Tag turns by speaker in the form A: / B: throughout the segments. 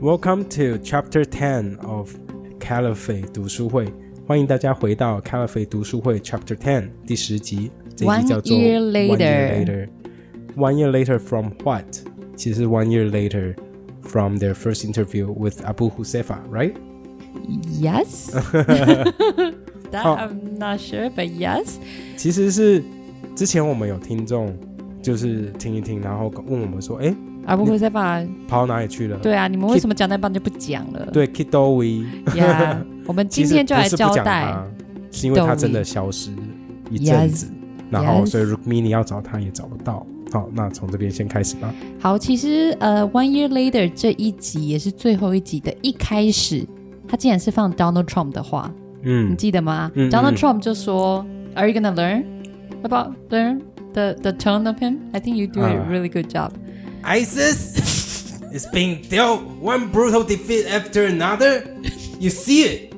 A: Welcome to Chapter Ten of Caliphate 读书会，欢迎大家回到 Caliphate 读书会 Chapter Ten 第十集，这一集
B: One
A: 叫做
B: year
A: One Year
B: later
A: Later。One year later from what？其实 One year later from their first interview with Abu Husefa，right？
B: Yes. that
A: Oh.
B: I'm not sure, but yes.
A: 其实是之前我们有听众就是听一听，然后问我们说，哎，
B: 啊，不会再把
A: 跑到哪里去了？
B: 对啊，你们
A: Keep-
B: 为什么讲那半就不讲了？
A: 对 k i d o w i
B: 呀，我们今天就来交
A: 啊
B: 代。，
A: 是因为他
B: Dowie
A: 真的消失一阵子
B: Yes，
A: 然后
B: yes
A: 所以 Rukmini 要找他也找不到。好，那从这边先开始吧。
B: 好，其实呃，One Year Later 这一集也是最后一集的一开始，他竟然是放 Donald Trump 的话，你
A: 嗯
B: 记得吗、
A: 嗯
B: d o n a l
A: 嗯
B: d Trump 就说，Are you gonna learn about learn the the tone of him? I think you do a
A: 啊
B: really good job.
A: ，ISIS is being dealt one brutal defeat after another. You see it.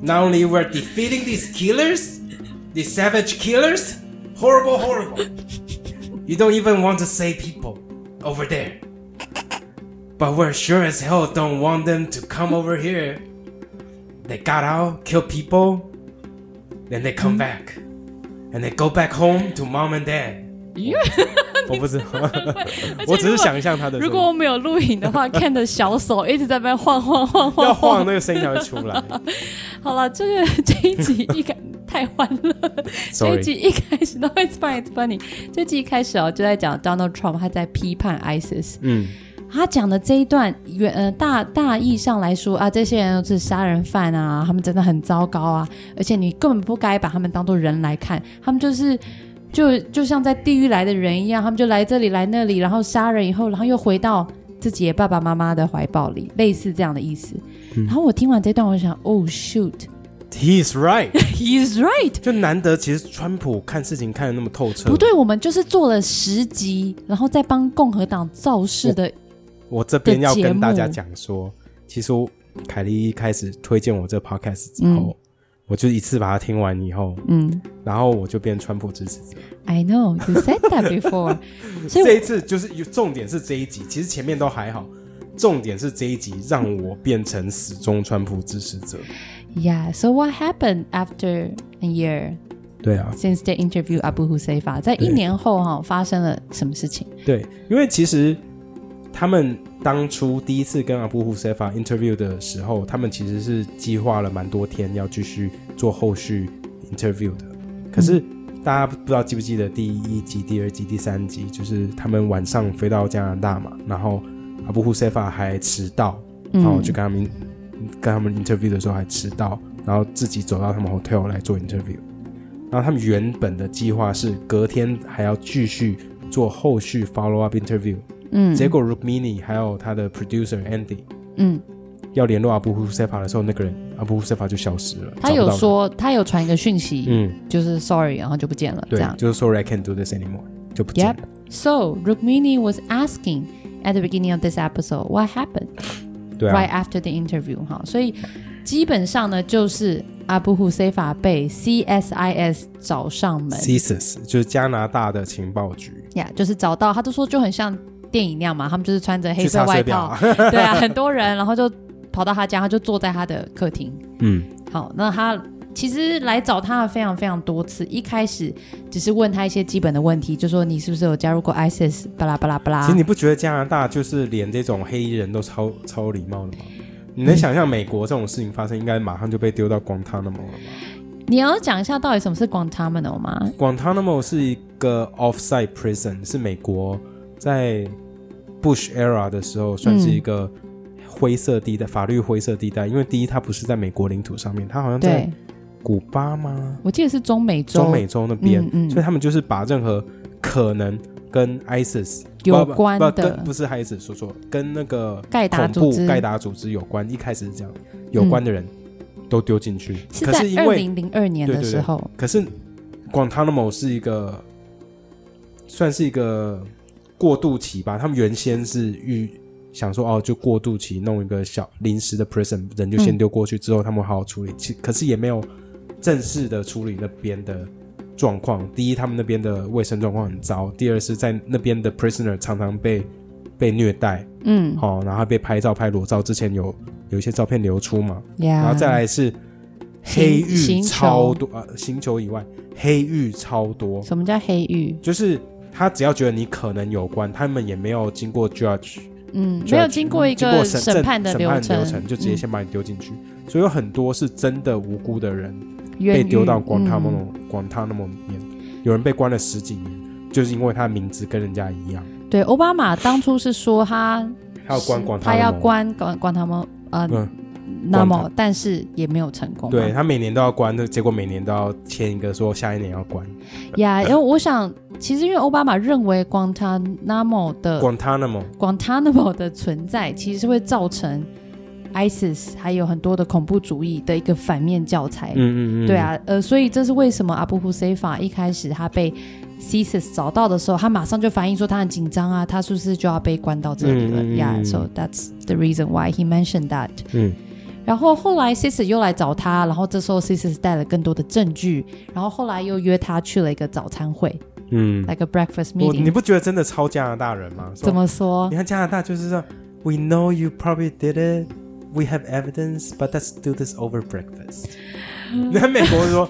A: Not only we're defeating these killers, these savage killers, horrible, horrible. You don't even want to save people over there. But we're sure as hell don't want them to come over here. They got out, kill people, then they come back. And they go back home to mom and dad. 我不知道，我只是想象他的声音。
B: 如果我们有录影的话，看的小手一直在那边晃晃晃
A: 要
B: 晃
A: 晃那个声音才会出来。
B: 好了，这个这一集一开太欢乐了，这一集
A: Sorry，
B: 一开始 no it's fine it's funny，这集一开始哦就在讲 Donald Trump 他在批判 ISIS，
A: 嗯
B: 他讲的这一段原呃大大意上来说啊，这些人都是杀人犯啊，他们真的很糟糕啊，而且你根本不该把他们当做人来看，他们就是。就就像在地狱来的人一样，他们就来这里来那里，然后杀人以后，然后又回到自己的爸爸妈妈的怀抱里，类似这样的意思。
A: 嗯
B: 然后我听完这段，我想，Oh shoot，he's
A: ，He's right 。
B: right。
A: 就难得，其实川普看事情看得那么透彻。
B: 不，对，我们就是做了十集，然后再帮共和党造势的。
A: 我这边要
B: 的节
A: 跟大家
B: 目
A: 讲说，其实我凯莉一开始推荐我这 podcast 之后，我就一次把它听完以后，
B: 嗯
A: 然后我就变川普支持者。
B: ，I know you said that before 。所
A: 这
B: 以
A: 一次就是有重点是这一集，其实前面都还好。重点是这一集让我变成死忠川普支持者。
B: ，Yeah，so what happened after a year
A: 对啊，
B: since the interview Abu Huzaifa？在一
A: 对
B: 年后哈、发生了什么事情？
A: 对，因为其实他们当初第一次跟阿布胡塞法 interview 的时候，他们其实是计划了蛮多天要继续做后续 interview 的。可是大家不知道记不记得第一集、第二集、第三集，就是他们晚上飞到加拿大嘛，然后阿布胡塞法还迟到，
B: 嗯
A: 然后我就跟他们、跟他们 interview 的时候还迟到，然后自己走到他们 hotel 来做 interview。然后他们原本的计划是隔天还要继续做后续 follow up interview，
B: 嗯
A: 结果 Rukmini 还有他的 producer Andy
B: 嗯，
A: 要联络阿布胡塞法的时候，那个人阿布胡塞法就消失了。
B: 他
A: 找不到
B: 有
A: 人，
B: 说他有传一个讯息，
A: 嗯，
B: 就是 Sorry，然后就不见了，这
A: 对
B: 样，。
A: 就是 Sorry I can't do this anymore，就不见了
B: Yep. So Rukmini was asking at the beginning of this episode what happened.
A: 对
B: right
A: 啊，
B: after the interview 哈，所以基本上呢，就是阿布胡塞法被 CSIS 找上门，
A: ，CSIS 就是加拿大的情报局，
B: 呀就是找到，他就说就很像电影那样嘛，他们就是穿着黑
A: 去
B: 色
A: 查
B: 外
A: 水表
B: 套
A: 啊，，
B: 对啊，很多人，然后就跑到他家，他就坐在他的客厅。
A: 嗯，
B: 好，那他其实来找他的非常非常多次，一开始只是问他一些基本的问题，就说你是不是有加入过 ISIS，巴拉巴拉巴拉。
A: 其实你不觉得加拿大就是连这种黑衣人都超超礼貌的吗？你能想象美国这种事情发生，应该马上就被丢到 Guantanamo 了吗？
B: 你要讲一下到底什么是 Guantanamo 吗？
A: Guantanamo 是一个 offsite prison，是美国在 Bush era 的时候算是一个灰色地带，法律灰色地带。因为第一，它不是在美国领土上面，它好像在
B: 对，
A: 古巴吗？
B: 我记得是中美洲
A: 中美洲那边，
B: 嗯嗯
A: 所以他们就是把任何可能跟 ISIS
B: 有关
A: 不
B: 的
A: 不不跟不是 ISIS 说错，跟那个
B: 盖
A: 恐
B: 达
A: 怖
B: 组织嗯
A: 盖达组织有关，一开始是这样，有关的人都丢进去。
B: 是
A: 可
B: 在
A: 是因
B: 二
A: 为
B: 零零二年的时候，
A: 可是 Guantanamo 是一个算是一个过渡期吧，他们原先是预想说哦，就过渡期弄一个小临时的 prison，人就先丢过去，之后他们好好
B: 嗯
A: 处理。其可是也没有正式的处理那边的状况。第一，他们那边的卫生状况很糟；第二是在那边的 prisoner 常常被被虐待，
B: 嗯，
A: 哦，然后他被拍照拍裸照之前有有一些照片流出嘛，
B: 呀，
A: 然后再来是黑
B: 啊星
A: 域超多，呃，星球以外黑域超多，
B: 什么叫黑域？
A: 就是他只要觉得你可能有关，他们也没有经过 judge，
B: 嗯，没有
A: judge，
B: 经过一
A: 经
B: 个
A: 过审
B: 审判的
A: 审判
B: 程，嗯
A: 流程，就直接先把你丢进去，所以有很多是真的无辜的人
B: 冤
A: 被
B: 狱
A: 丢到广他那
B: 嗯
A: 种广他那种里面，有人被关了十几年，就是因为他名字跟人家一样，
B: 对，奥巴马当初是说他
A: 他要关广
B: 他
A: 他
B: 要关管管他们呃
A: 嗯，
B: 那
A: 关
B: 么，但是也没有成功嘛。
A: 对他每年都要关，结果每年都要签一个说下一年要关
B: 呀，因为我想，其实因为奥巴马认为 Guantanamo 的
A: 广他那么
B: Guantanamo 的存在，其实会造成 ISIS 还有很多的恐怖主义的一个反面教材。
A: 嗯嗯嗯，
B: 对，啊，呃，所以这是为什么阿布胡塞法一开始他被 CSIS 找到的时候，他马上就反映说他很紧张啊，他是不是就要被关到这里了、
A: 嗯嗯嗯
B: y e a
A: 嗯
B: h so that's the reason why he mentioned that。
A: 嗯，
B: 然后后来 CSIS 又来找他，然后这时候 CSIS 带了更多的证据，然后后来又约他去了一个早餐会
A: 嗯，
B: ，like a breakfast
A: 我你
B: meeting。
A: 不觉得真的超加拿大人吗？说
B: 怎么说
A: 你看加拿大就是这样，We know you probably did it, we have evidence, but let's do this over breakfast。你看美国就说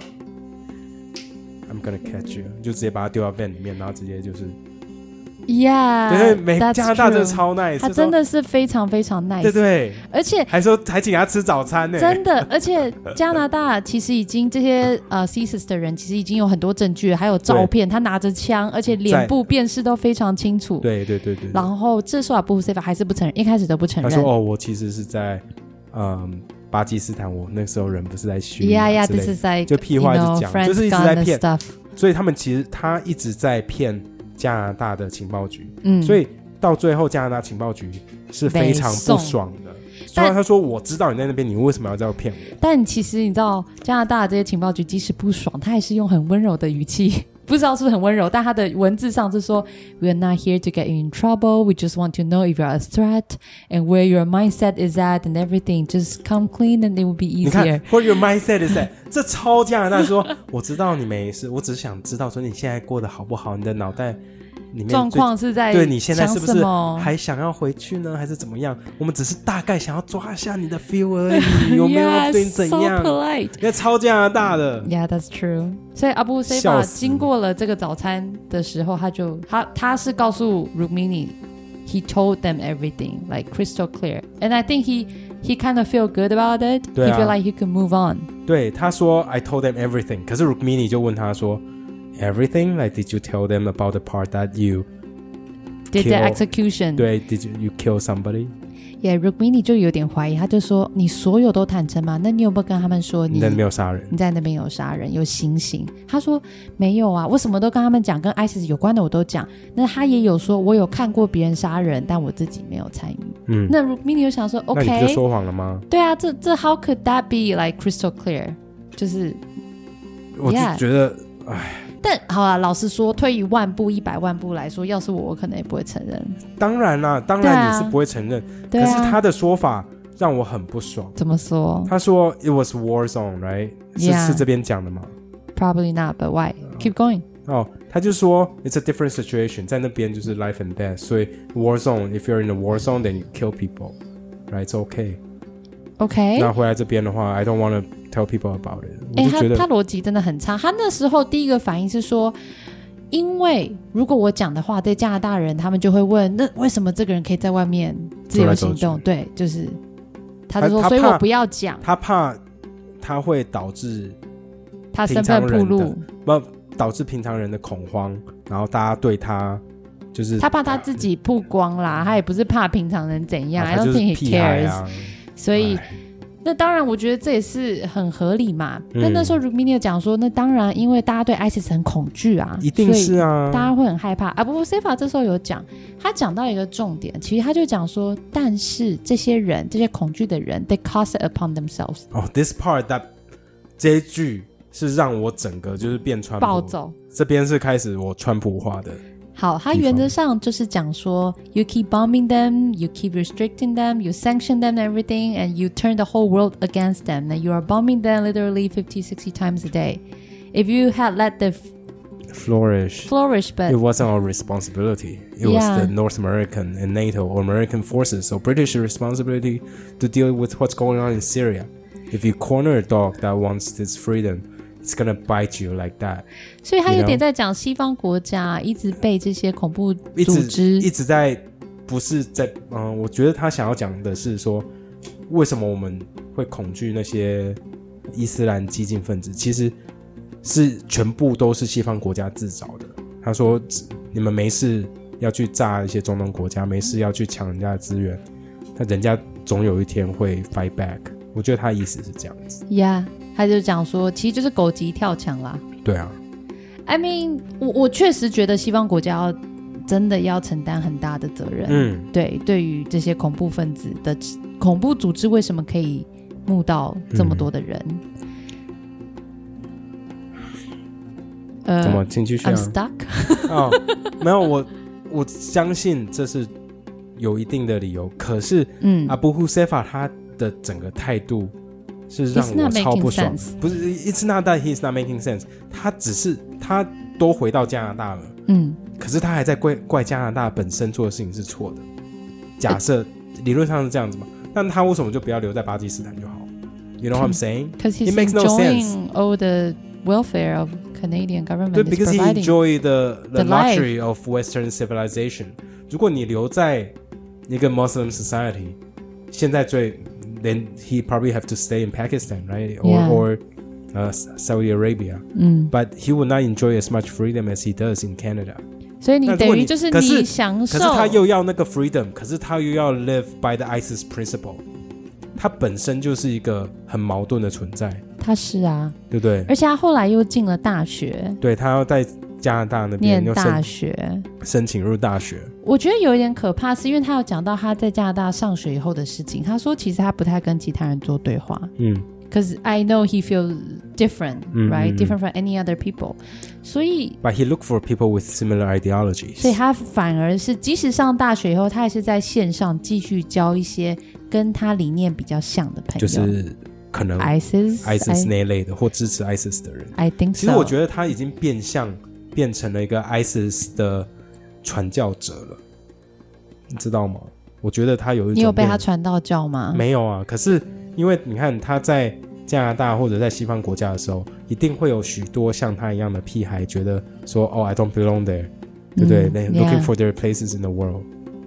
A: ，I'm gonna catch you，就直接把他丢到 van 里面，然后直接就是，
B: ？Yeah，
A: 对对，美
B: 啊 that's
A: 加拿大真的
B: true
A: 超 nice，
B: 他
A: 就说
B: 真，的是非常非常 nice，
A: 对对，
B: 而且
A: 还说还请他吃早餐呢，
B: 真的，而且加拿大其实已经这些呃 CSIS 的人其实已经有很多证据，还有照片，他拿着枪，而且脸部辨识都非常清楚。
A: 对对对对，
B: 然后这时候阿布塞法还是不承认，一开始都不承
A: 他说
B: 认。
A: 哦，我其实是在嗯巴基斯坦，我那时候人不是在叙利亚
B: Yeah, yeah,
A: 啊之类
B: this
A: 的
B: is like
A: 就屁话
B: you know,
A: 一直讲
B: friends
A: 就是一直在
B: gone and
A: 骗
B: stuff。
A: 所以他们其实他一直在骗加拿大的情报局，
B: 嗯，
A: 所以到最后加拿大情报局是非常不爽的。虽然他说我知道你在那边，你为什么要这样骗我？
B: 但其实你知道，加拿大这些情报局即使不爽，他还是用很温柔的语气， 不知道是不是很温柔，但他的文字上是说：“We're not here to get you in trouble. We just want to know if you're a threat and where your mindset is at and everything. Just come clean and it will be
A: 你看
B: easier.”
A: ，What your mindset is that？这超加拿大说，我知道你没事，我只是想知道说你现在过得好不好，你的脑袋里面最
B: 状。况是在
A: 对你现在
B: 想
A: 是不是
B: 什么
A: 还想要回去呢，还是怎么样？我们只是大概想要抓一下你的 feel 而 已，有没
B: Yes,
A: 有对你怎
B: So
A: 样？
B: polite.
A: 那超加拿大的，
B: Yeah, that's true. 所以阿布塞
A: 笑
B: 法
A: 死
B: 经过了这个早餐的时候，他就他他是告诉 Rukmini。He told them everything, like crystal clear, and I think he he kind of feel good about it.
A: 对
B: He
A: 啊
B: feel like he could move on.
A: 对他说 I told them everything，可是 Rukmini 就问他说 Everything? Like did you tell them about the part that you
B: Did the
A: Kill-
B: execution?
A: 对 Did you, you kill somebody？
B: Yeah, Rukmini 就有点怀疑，他就说：“你所有都坦诚吗？那你有没有跟他们说
A: 你
B: 你
A: 在没有杀人？
B: 你在那边有杀人有行刑？”他说：“没有啊，我什么都跟他们讲，跟 ISIS 有关的我都讲。那他也有说，我有看过别人杀人，但我自己没有参与。
A: 嗯，
B: 那 Rukmini 就想说
A: 那你不就
B: ：“OK，
A: 说谎了吗？
B: 对啊，这这 How could that be like crystal clear？就是，
A: 我就
B: Yeah
A: 觉得
B: 但好啊，老实说，退一万步、一百万步来说，要是我，我可能也不会承认。
A: 当然啦，当
B: 对
A: 然你
B: 啊
A: 是不会承认，
B: 对
A: 可是
B: 啊，
A: 他的说法让我很不爽。
B: 怎么说
A: 他说 It was war zone，right？是
B: Yeah
A: 是这边讲的吗？
B: ？Probably not, but why? Keep going.
A: 哦，他就说 It's a different situation，在那边就是 life and death，所以 war zone，if you're in the war zone，then you kill people，right？It's okay。
B: OK，
A: 那回来这边的话，I don't want to tell people about it。我
B: 哎、
A: 就
B: 他
A: 觉得
B: 他逻辑真的很差。他那时候第一个反应是说，因为如果我讲的话，对加拿大人他们就会问，那为什么这个人可以在外面自由行
A: 走来走
B: 动？对，就是他就说，
A: 他他
B: 所以
A: 怕
B: 我不要讲
A: 他怕他会导致
B: 他
A: 平
B: 身
A: 常
B: 份暴
A: 人
B: 露
A: 的，不导致平常人的恐慌，然后大家对他就是啊嗯
B: 他怕他自己曝光啦，他也不是怕平常人怎样、
A: 啊
B: i
A: 他
B: don't
A: 就是
B: think he
A: 屁孩
B: cares、
A: 啊。
B: 所以
A: 哎
B: 那当然，我觉得这也是很合理嘛。那、
A: 嗯
B: 那时候 Rumini 有讲说，那当然，因为大家对 ISIS 很恐惧啊，
A: 一定
B: 所以
A: 是啊，
B: 大家会很害怕。啊，不过 Sefa 这时候有讲，他讲到一个重点，其实他就讲说，但是这些人，这些恐惧的人，they cause it upon themselves，
A: 哦，this part that 这一句是让我整个就是变川普
B: 暴，走。
A: 这边是开始我川普化的，
B: 好，他原则上就是讲说，you keep bombing them, you keep restricting them, you sanction them and everything, and you turn the whole world against them. And you are bombing them literally 50, 60 times a day. If you had let the
A: flourish.
B: flourish, but
A: It wasn't our responsibility. It was
B: Yeah.
A: the North American and NATO or American forces or British responsibility to deal with what's going on in Syria. If you corner a dog that wants its freedom, it's gonna bite you like that.
B: 所以他
A: You
B: 有点
A: know
B: 在讲西方国家一直被这些恐怖
A: 一
B: 组
A: 直
B: 织
A: 一直在不是在嗯、我觉得他想要讲的是说，为什么我们会恐惧那些伊斯兰激进分子？其实是全部都是西方国家自找的。他说，你们没事要去炸一些中东国家，没事要去抢人家的资源，那人家总有一天会 fight back。我觉得他的意思是这样子。
B: ，Yeah，他就讲说，其实就是狗急跳墙啦。
A: 对啊，
B: I mean，我我确实觉得西方国家要真的要承担很大的责任。
A: 嗯，
B: 对，对于这些恐怖分子的恐怖组织，为什么可以募到这么多的人？
A: 怎
B: 呃
A: 么请继续啊？
B: ，I'm stuck。
A: 哦，没有我，我相信这是有一定的理由。可是
B: 嗯
A: 阿布胡塞法他的整个态度是让
B: It's
A: 我
B: not
A: 超不
B: making
A: 爽
B: sense。
A: 不是，It's not that he's not making sense。他只是他都回到加拿大了，
B: 嗯，
A: 可是他还在怪怪加拿大本身做的事情是错的。假设理论上是这样子嘛，那他为什么就不要留在巴基斯坦就好？You know what I'm saying？
B: Because he's
A: It makes no
B: enjoying all the welfare of Canadian government
A: 对
B: is
A: ，because he
B: providing.
A: enjoy the the
B: The life.
A: luxury of Western civilization。如果你留在一个 Muslim society，现在最 then he probably have to stay in Pakistan, right? Or
B: Yeah.
A: or uh, Saudi Arabia.
B: 嗯，
A: But he would not enjoy as much freedom as he does in Canada.
B: 所以你
A: 那如果
B: 等于
A: 你
B: 就是
A: 可是
B: 你享
A: 可
B: 受，
A: 是他又要那个 freedom，可是他又要 live by the ISIS principle。他本身就是一个很矛盾的存在，
B: 他是啊，
A: 对不对？
B: 而且他后来又进了大学，
A: 对他要在加拿大那边
B: 念
A: 又
B: 大
A: 申
B: 学。
A: 申请入大学。
B: 我觉得有一点可怕，是因为他有讲到他在加拿大上学以后的事情。他说，其实他不太跟其他人做对话
A: 嗯，
B: ，cause I know he feel different,
A: 嗯
B: right?
A: 嗯嗯
B: Different from any other people。所以，
A: But he looked for people with similar ideologies.
B: 所以他反而是，即使上大学以后，他还是在线上继续交一些跟他理念比较像的朋友。
A: 就是可能
B: ISIS,
A: ISIS 那一类的，或支持 ISIS 的人。
B: I, I think so.
A: 其实我觉得他已经变相变成了一个 ISIS 的传教者了，你知道吗？我觉得他有一种
B: 你有被
A: 变
B: 他传道教吗？
A: 没有啊？可是因为你看他在加拿大或者在西方国家的时候，一定会有许多像他一样的屁孩，觉得说哦、i don't belong there，对不对、
B: 嗯
A: t h e y looking
B: yeah
A: for their places in the world，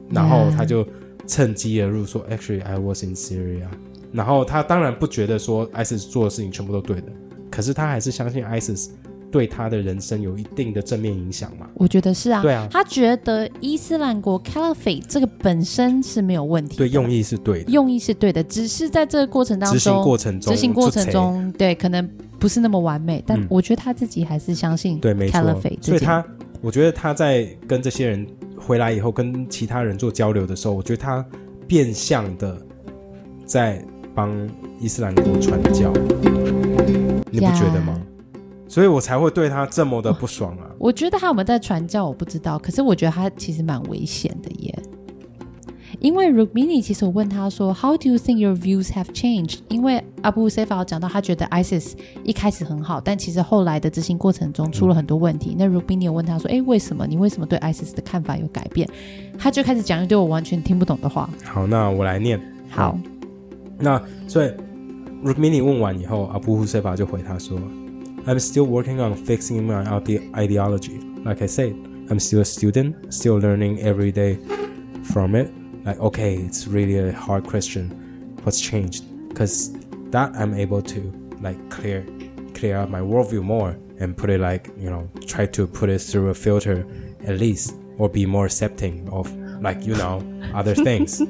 A: 然后他就趁机而入说，actually I was in Syria。然后他当然不觉得说 ISIS 做的事情全部都对的，可是他还是相信 ISIS 对他的人生有一定的正面影响嘛。
B: 我觉得是啊。
A: 对啊
B: 他觉得伊斯兰国 Caliphate 这个本身是没有问题的，
A: 对，用意是对的，
B: 用意是对的，只是在这个过程当中，
A: 执行过程中，
B: 执行过程
A: 就贼
B: 中，对，可能不是那么完美，但
A: 嗯
B: 我觉得他自己还是相信
A: 对，没错所
B: Caliphate 这
A: 以
B: 件。
A: 他，我觉得他在跟这些人回来以后，跟其他人做交流的时候，我觉得他变相的在帮伊斯兰国传教，你不觉得吗？所以我才会对他这么的不爽啊！
B: 我觉得他有没有在传教，我不知道，可是我觉得他其实蛮危险的耶。因为 Rukmini 其实我问他说，How do you think your views have changed？因为 Abu Saif 有讲到，他觉得 ISIS 一开始很好，但其实后来的执行过程中出了很多问题。那 Rukmini 有问他说，诶，为什么你为什么对 ISIS 的看法有改变？他就开始讲一堆我完全听不懂的话。
A: 好，那我来念。
B: 好，
A: 那所以 Rukmini 问完以后，阿布胡塞巴就回他说：“I'm still working on fixing my ide- ideology. Like I said, I'm still a student, still learning every day from it. Like, okay, it's really a hard question. What's changed? Because that I'm able to like clear clear out my worldview more and put it like you know try to put it through a filter at least or be more accepting of like you know other things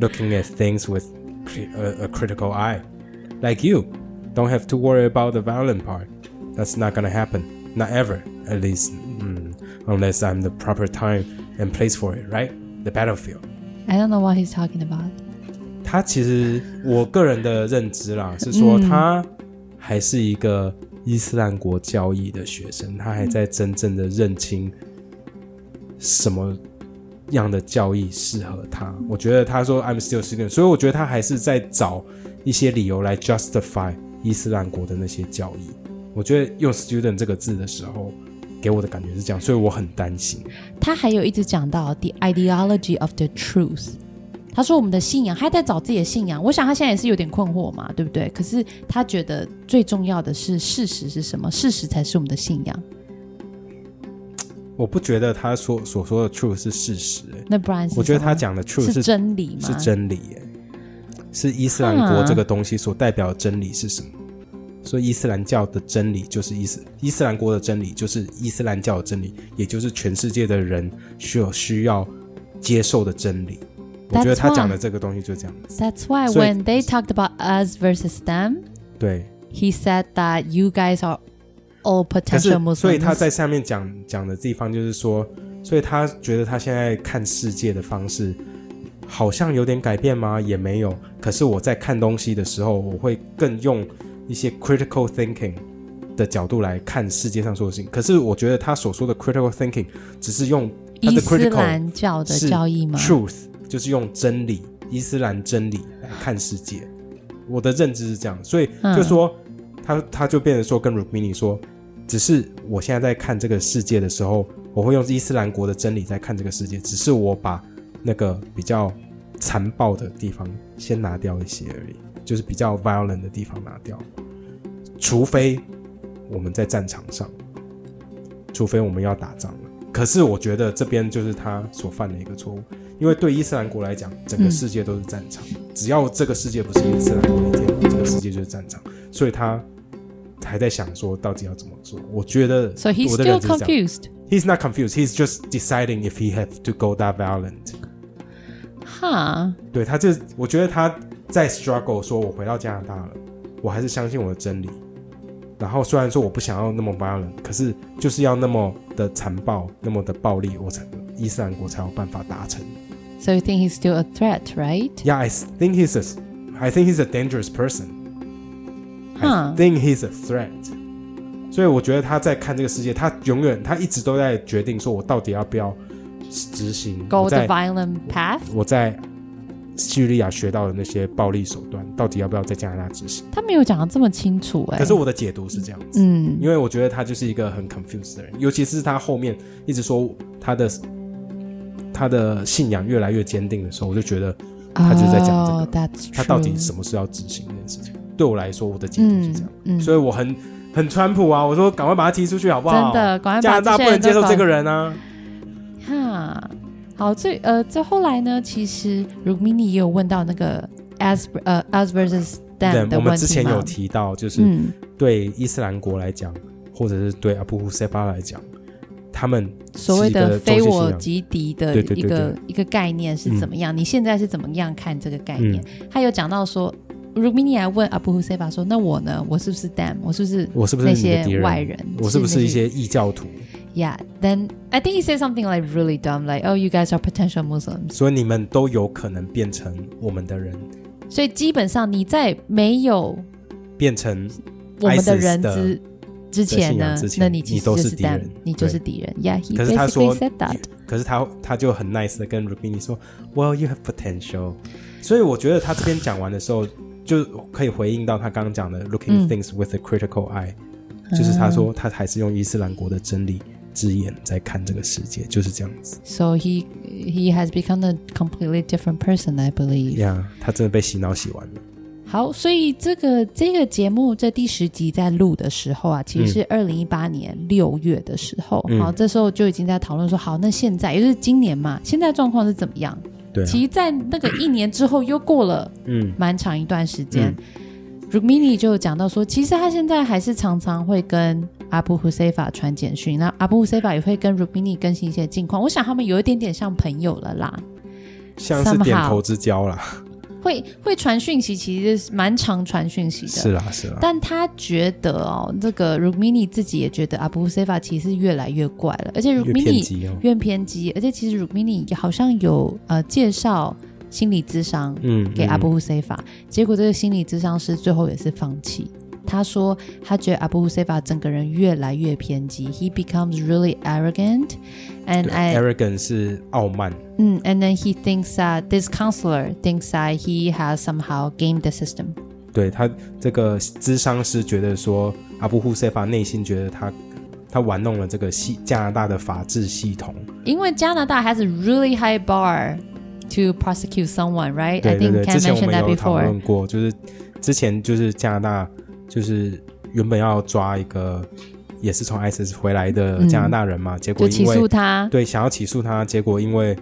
A: looking at things with cri- uh, a, a critical eye. Like you, don't have to worry about the violent part. That's not gonna happen. Not ever, at least, mm, unless I'm the proper time and place for it, right? The battlefield.
B: I don't know what he's talking about.
A: 他其实我个人的认知啦，是说他还是一个伊斯兰国教义的学生，他还在真正的认清什么样的教义适合他。我觉得他说 I'm still student，所以我觉得他还是在找一些理由来 justify 伊斯兰国的那些教义。我觉得用 student 这个字的时候，给我的感觉是这样，所以我很担心。
B: 他还有一直讲到 the ideology of the truth。他说我们的信仰，他还在找自己的信仰。我想他现在也是有点困惑嘛，对不对？可是他觉得最重要的是事实是什么，事实才是我们的信仰。
A: 我不觉得他所所说的 true 是事实、欸
B: 那不然是
A: 我觉得
B: 什么
A: 他讲的 true
B: 是
A: 是
B: 真理吗？
A: 是真理、耶，是伊斯兰国
B: 哈
A: 这个东西所代表的真理是什么？所以伊斯兰教的真理就是伊斯伊斯兰国的真理，就是伊斯兰教的真理，也就是全世界的人需要需要接受的真理。我觉得
B: That's
A: 他讲
B: why
A: 的这个东西就这样，
B: That's why
A: 所以
B: when they talked about us versus them,
A: 对。
B: he said that you guys are all
A: 可是
B: potential，Muslims。
A: 所以他在下面讲讲的地方就是说，所以他觉得他现在看世界的方式好像有点改变吗？也没有。可是我在看东西的时候，我会更用一些 critical thinking 的角度来看世界上所有事情。可是我觉得他所说的 critical thinking 只是用他
B: 伊
A: 的
B: 斯
A: critical
B: 兰教的
A: 是
B: 教义吗？
A: truth，就是用真理、伊斯兰真理来看世界。我的认知是这样，所以
B: 嗯
A: 就说、他他就变成说跟 Rukmini 说，只是我现在在看这个世界的时候，我会用伊斯兰国的真理在看这个世界，只是我把那个比较残暴的地方先拿掉一些而已，就是比较 violent 的地方拿掉，除非我们在战场上，除非我们要打仗了。可是我觉得这边就是他所犯的一个错误，因为对伊斯兰国来讲，整个
B: 嗯
A: 世界都是战场，只要这个世界不是伊斯兰国的天，这个世界就是战场。所以他还在想说到底要怎么做。我觉得
B: So he's
A: 我的认
B: still
A: 知是这样
B: confused.
A: He's not confused. He's just deciding if he have to go that violent.
B: 哈、
A: 对他这，我觉得他在 struggle，说我回到加拿大了，我还是相信我的真理。然后虽然说我不想要那么 violent，可是就是要那么的残暴，那么的暴力，我才伊斯兰国才有办法达成。
B: So you think he's still a threat, right?
A: Yeah, I think he's a, I think he's a dangerous person. I
B: 嗯
A: think he's a threat. 所以我觉得他在看这个世界，他永远他一直都在决定说，我到底要不要执行
B: Go
A: 我
B: the
A: 在
B: violent path？
A: 我在叙利亚学到的那些暴力手段，到底要不要在加拿大执行？
B: 他没有讲的这么清楚哎、
A: 可是我的解读是这样子，
B: 嗯，
A: 因为我觉得他就是一个很 confused 的人，尤其是他后面一直说他的他的信仰越来越坚定的时候，我就觉得他就是在讲这个
B: Oh, that's true.
A: 他到底什么时候要执行这件事情。对我来说，我的解读是
B: 嗯
A: 这样，
B: 嗯，
A: 所以我很很川普啊，我说赶快把他踢出去好不好？
B: 真的，赶快把
A: 加拿大
B: 这
A: 不
B: 些
A: 能
B: 人
A: 接
B: 都
A: 受这
B: 搞
A: 个人啊。
B: 哈，好，最呃，最后来呢，其实 Rumini 也有问到那个 as 呃 as versus them 的
A: 我
B: 问
A: 们之
B: 题
A: 前有
B: 嘛，
A: 提到，就是
B: 嗯，
A: 对伊斯兰国来讲，或者是对阿布胡塞巴来讲，他们
B: 所谓的
A: 是一
B: 非
A: 个中心信
B: 我
A: 仰
B: 即敌的
A: 对对
B: 一
A: 对嗯
B: 个一个概念是怎么样？你现在是怎么样看这个概念？他有讲到说。Rumini 还问阿布胡塞巴说：“那我呢？我是不是 them？我是不是
A: 我是不是
B: 那
A: 你的敌
B: 些
A: 人？
B: 外人？
A: 我是不是一
B: 那
A: 些异教徒？
B: Yeah, then I think he said something like really dumb, like, "Oh, you guys are potential Muslims."
A: 所以你们都有可能变成我们的人，
B: 所以基本上你在没有
A: 变成
B: 我们的人
A: ISIS 的
B: 之之前
A: 的信
B: 呢
A: 仰之，前
B: 那你其
A: 你
B: 实
A: 都
B: 就是是
A: 敌人
B: them，你就是敌人。Yeah, he
A: 可是他
B: basically
A: 说
B: said that.
A: 可是他他就很 nice 的跟 Rukmini 说，Well, you have potential。所以我觉得他这边讲完的时候，就可以回应到他刚刚讲的 looking
B: 嗯
A: things with a critical eye，、就是他说他还是用伊斯兰国的真理之眼在看这个世界，就是这样子。
B: So he he has become a completely different person, I believe.
A: 呀、他真的被洗脑洗完了。
B: 好，所以这个这个节目这第十集在录的时候啊，其实
A: 嗯
B: 是二零一八年六月的时候，好，这时候就已经在讨论说，好，那现在也就是今年嘛，现在状况是怎么样？
A: 对、啊，
B: 其实，在那个一年之后，又过了
A: 嗯
B: 蛮长一段时间。Rukmini 就有讲到说，其实他现在还是常常会跟阿布胡塞法传简讯，那阿布胡塞法也会跟 Rukmini 更新一些近况。我想他们有一点点像朋友了啦，
A: 像是点头之交啦，
B: 会会传讯息，其实是蛮常传讯息的。
A: 是啊啦是啦，
B: 但他觉得哦，这个 Rukmini 自己也觉得阿布胡塞法其实越来越怪了，而且
A: 越偏
B: Rukmini
A: 激哦。
B: 越偏激，而且其实 Rukmini 好像有呃介绍心理智商
A: 嗯，
B: 给
A: 嗯
B: 阿布胡塞法，结果这个心理咨商师最后也是放弃。他说，他觉得阿布胡塞法整个人越来越偏激，He becomes really arrogant, and
A: 对
B: I
A: arrogant 是傲慢，
B: 嗯，and Mm, then he thinks that this counselor thinks that he has somehow gamed the system。
A: 对他这个智商师觉得说，阿布护塞法内心觉得他他玩弄了这个系加拿大的法治系统。
B: 因为加拿大 has a really high bar to prosecute someone, right?
A: 对
B: I
A: 对
B: think
A: 对，之
B: Ken
A: 前我
B: mentioned
A: 们
B: that
A: 有讨
B: before.
A: 论过，就是之前就是加拿大就是原本要抓一个也是从 ISIS 回来的加拿大人嘛，结果
B: 嗯就起
A: 因为
B: 诉 他，
A: 对，想要起诉他，结果因为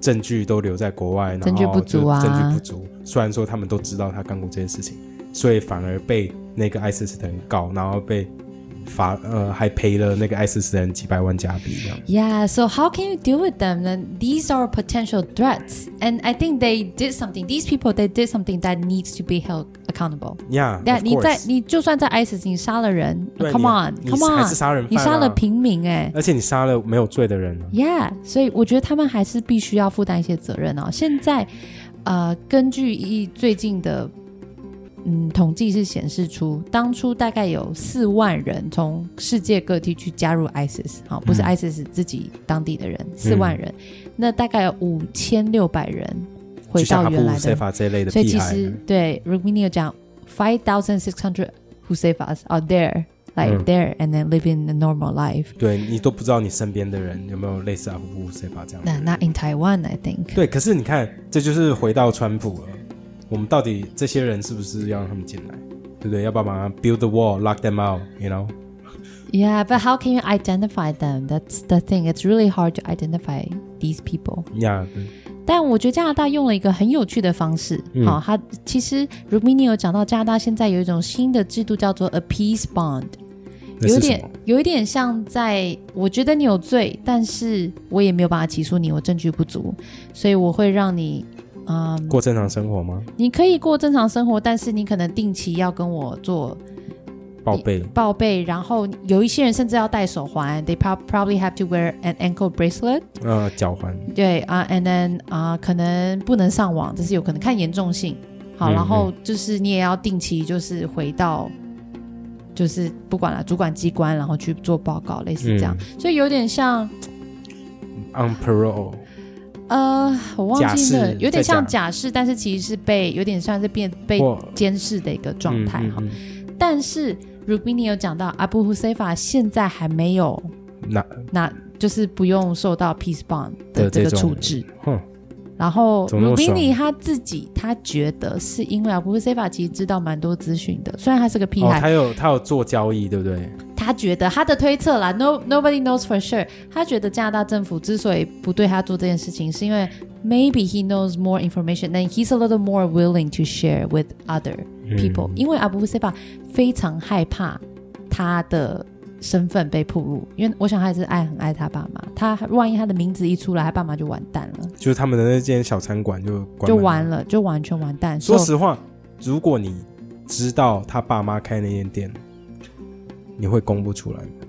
A: 证据都留在国外，然后
B: 证据不足啊
A: 就证据不足。虽然说他们都知道他干过这些事情，所以反而被那个 ISIS 的人告，然后被罚呃还赔了那个 ISIS 的人几百万加币这样。
B: Yeah, so how can you deal with them? Then these are potential threats, and I think they did something. These people they did something that needs to be held accountable.
A: Yeah，
B: 但
A: of
B: 你在
A: course
B: 你就算在 ISIS 你杀了人
A: 对
B: ，Come
A: 你
B: on，Come
A: 你
B: on，
A: 还是杀人犯啊
B: 你杀了平民哎、
A: 而且你杀了没有罪的人啊、
B: Yeah，所以我觉得他们还是必须要负担一些责任哦。现在，呃，根据一最近的嗯统计是显示出，当初大概有四万人从世界各地去加入 ISIS，好、不是
A: 嗯
B: ISIS 自己当地的人，四、万人，那大概有五千六百人回
A: 就像哈
B: 到
A: 布
B: 原来
A: 塞
B: 的，
A: 法这一类的
B: 所以
A: 屁
B: 其
A: 孩啊
B: 实，对 r u m i n i 有讲 five thousand six hundred who save us are there。Like
A: 嗯
B: there and then living a normal life.
A: 对你都不知道你身边的人有没有类似哈布塞法这样的
B: 那
A: 人。
B: 那 in Taiwan, I think.
A: 对，可是你看，这就是回到川普了。我们到底这些人是不是要让他们进来，对不对？要不要把他们 build the wall, lock them out, you know？
B: Yeah, but how can you identify them? That's the thing. It's really hard to identify these people.
A: 呀、
B: 但我觉得加拿大用了一个很有趣的方式。好、
A: 嗯
B: 它其实 r u m i n i 有讲到加拿大现在有一种新的制度叫做 a peace bond，
A: 那
B: 有
A: 是什
B: 点
A: 么？
B: 有一点像在我觉得你有罪，但是我也没有办法起诉你，我证据不足，所以我会让你。嗯，
A: 过正常生活吗？
B: 你可以过正常生活，但是你可能定期要跟我做
A: 报备
B: 报备，然后有一些人甚至要戴手环，they prob- probably have to wear an ankle bracelet
A: 呃，脚环
B: 对。啊、a n d then 啊、可能不能上网，这是有可能，看严重性。好，
A: 嗯
B: 然后就是你也要定期就是回到，就是不管了主管机关，然后去做报告，类似这样，
A: 嗯
B: 所以有点像
A: on parole，
B: 呃，我忘
A: 假
B: 记
A: 释
B: 了，有
A: 在
B: 点像
A: 假
B: 假释，但是其实是被有点算是变被
A: 或
B: 监视的一个状态
A: 嗯
B: 哈。
A: 嗯嗯
B: 但是 Rubini 有讲到阿布胡塞法现在还没有
A: 那
B: 那就是不用受到 peace bond 的
A: 的这
B: 这个
A: 种
B: 处置。
A: 哼，
B: 然后
A: 怎么那么
B: r
A: 爽
B: u b i n 他自己他觉得是因为啊，不过 Seva 其实知道蛮多资讯的，虽然他是个屁
A: 哦，
B: 孩，
A: 他有他有做交易，对不对？
B: 他觉得他的推测啦，no nobody knows for sure，他觉得加拿大政府之所以不对他做这件事情，是因为 maybe he knows more information and he's a little more willing to share with other
A: 嗯
B: people，、因为阿布塞巴非常害怕他的。身份被曝露，因为我想他也是爱很爱他爸妈，他万一他的名字一出来，他爸妈就完蛋了，
A: 就是他们的那间小餐馆就关
B: 就
A: 门
B: 完
A: 了。
B: 了，就完全完蛋。
A: 说
B: So-
A: 实话，如果你知道他爸妈开那间店，你会公布出来吗？
B: 嗯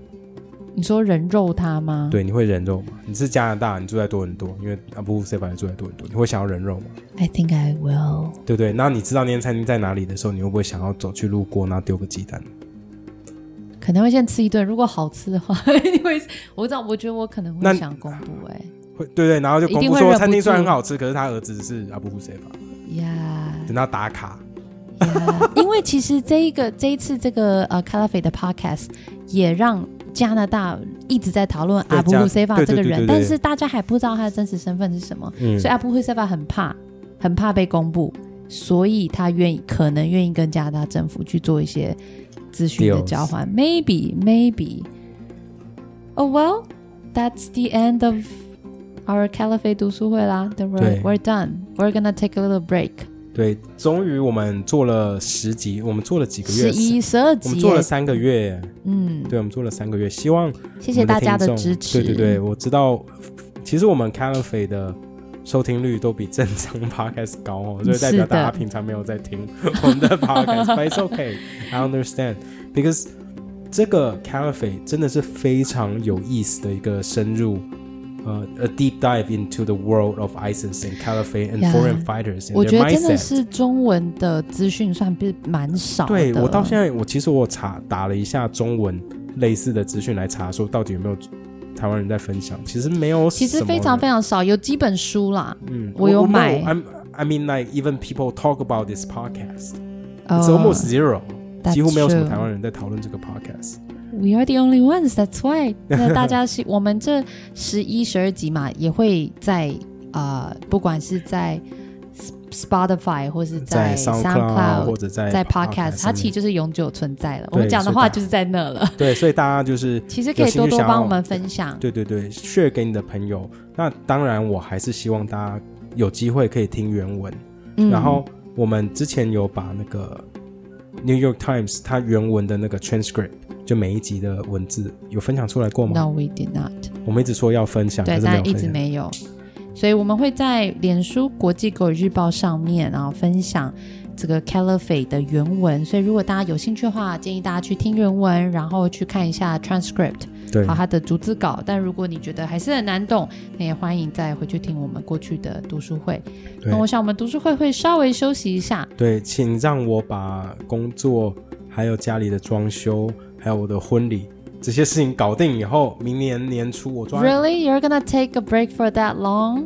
B: 你说人肉他吗？，
A: 对，你会人肉吗？你是加拿大，你住在多伦多，因为啊阿布塞法也住在多伦多，你会想要人肉吗？
B: I think I will.
A: 对不对？那你知道那间餐厅在哪里的时候，你会不会想要走去路过，然后丢个鸡蛋？
B: 可能会先吃一顿，如果好吃的话， 因为我知道，我觉得我可能
A: 那
B: 会想公布哎、
A: 会，对对，然后就公
B: 一定
A: 布
B: 会
A: 说
B: 忍不
A: 餐厅虽然
B: 住
A: 很好吃，可是他儿子是阿布塞法，
B: 呀
A: 等他打卡。
B: 呀，因为其实这一个这一次这个呃 c a l a f e 的 podcast 也让加拿大一直在讨论
A: 对
B: 阿布
A: 加
B: 胡塞法
A: 对
B: 这
A: 对对
B: 个人，
A: 对对
B: 但是大家还不知道他的真实身份是什么，
A: 嗯
B: 所以阿布胡塞法很怕，很怕被公布，所以他愿意可能愿意跟加拿大政府去做一些资讯的
A: Deals
B: 交换，maybe maybe。Oh well, that's the end of our Caliphate 读书会啦。Then we're
A: 对
B: we're done. We're gonna take a little break.
A: 对，终于我们做了十集，我们做了几个
B: 十
A: 月，
B: 一、十二
A: 我
B: 集
A: 们
B: 耶，
A: 做了三个月，
B: 嗯，
A: 对，我们做了三个月，希望
B: 谢谢大家
A: 我们听众
B: 支持。
A: 对对对，，我知道，其实我们 Calify 的收听率都比正常 podcast 高哦，所以代表
B: 是的
A: 大家平常没有在听我们 的 podcast，but it's okay. I understand because 这个 Calify 真的是非常有意思的一个深入。呃、a deep dive into the world of ISIS and Caliphate and
B: Yeah.
A: foreign fighters and
B: 我
A: their
B: 觉得真
A: mindset
B: 的。是中文的资讯算是蛮少的。
A: 对我到现在，我其实我查打了一下中文类似的资讯来查，说到底有没有台湾人在分享，其实没有什
B: 其
A: 么人，
B: 实非常非常少，有几本书啦。
A: 嗯，
B: 我有买
A: I'm I mean like even people talk about this podcast,
B: 呃
A: it's almost zero，、
B: that's
A: 几乎没有什么
B: true
A: 台湾人在讨论这个 podcast。
B: We are the only ones. That's why 。那大家是我们这十一、十二集嘛，也会在呃，不管是在 Sp- Spotify 或是
A: 在 SoundCloud 或
B: SoundCloud，
A: 者在
B: 在
A: Podcast，
B: Podcast，它
A: 上
B: 其
A: 面
B: 实就是永久存在了。
A: 对
B: 我们讲
A: 所
B: 的
A: 以大
B: 话就是在那了。
A: 对，所以大家就是
B: 其实可以多多帮我们分享。
A: 对对对，share 给你的朋友。那当然，我还是希望大家有机会可以听原文。
B: 嗯
A: 然后我们之前有把那个 New York Times 它原文的那个 transcript，就每一集的文字有分享出来过吗？
B: No, we did not。
A: 我们一直说要分享，可
B: 对，
A: 啊是没有
B: 但一
A: 分
B: 直
A: 享。
B: 没有。所以我们会在脸书国际狗日报上面，然后分享这个 Caliphate 的原文。所以如果大家有兴趣的话，建议大家去听原文，然后去看一下 transcript，
A: 对
B: 好它的逐字稿。但如果你觉得还是很难懂，那也欢迎再回去听我们过去的读书会。
A: 对
B: 那我想我们读书会会稍微休息一下，
A: 对，请让我把工作、还有家里的装修，还有我的婚礼这些事情搞定以后，明年年初我抓
B: Really? You're gonna take a break for that long?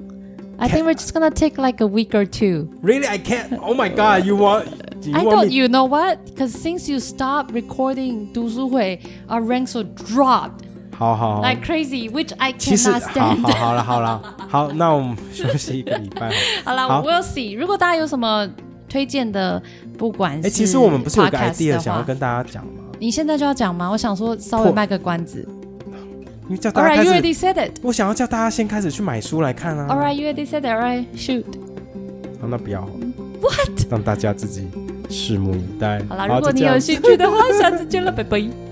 B: I think we're just gonna take like a week or two.
A: Really, I can't. Oh my God, you want? You
B: I
A: want
B: thought
A: me?
B: you know what? Because since you stopped recording 读书会 our ranks were dropped
A: 好好好，
B: like crazy, which I
A: Oh. 其实好
B: cannot stand.
A: 好好了好了，好，那我们休息一个礼拜。
B: 好啦
A: 好
B: ，We'll see。如果大家有什么推荐的，不管
A: 哎、
B: 是
A: 其实我们不是有个
B: podcast 的
A: idea
B: 话
A: 想要跟大家讲吗？
B: 你现在就要讲吗？我想说稍微
A: 破
B: 卖个关子。
A: 因为叫大
B: All
A: 家
B: right,
A: 开
B: you
A: 始，
B: already said it.
A: 我想要叫大家先开始去买书来看啊。
B: All right, you already said it. All right, shoot.
A: 好那不要，what？让大家自己拭目以待。
B: 好啦，
A: 就
B: 如果你
A: 这样
B: 有
A: 子
B: 兴趣的话，下次见了，拜拜。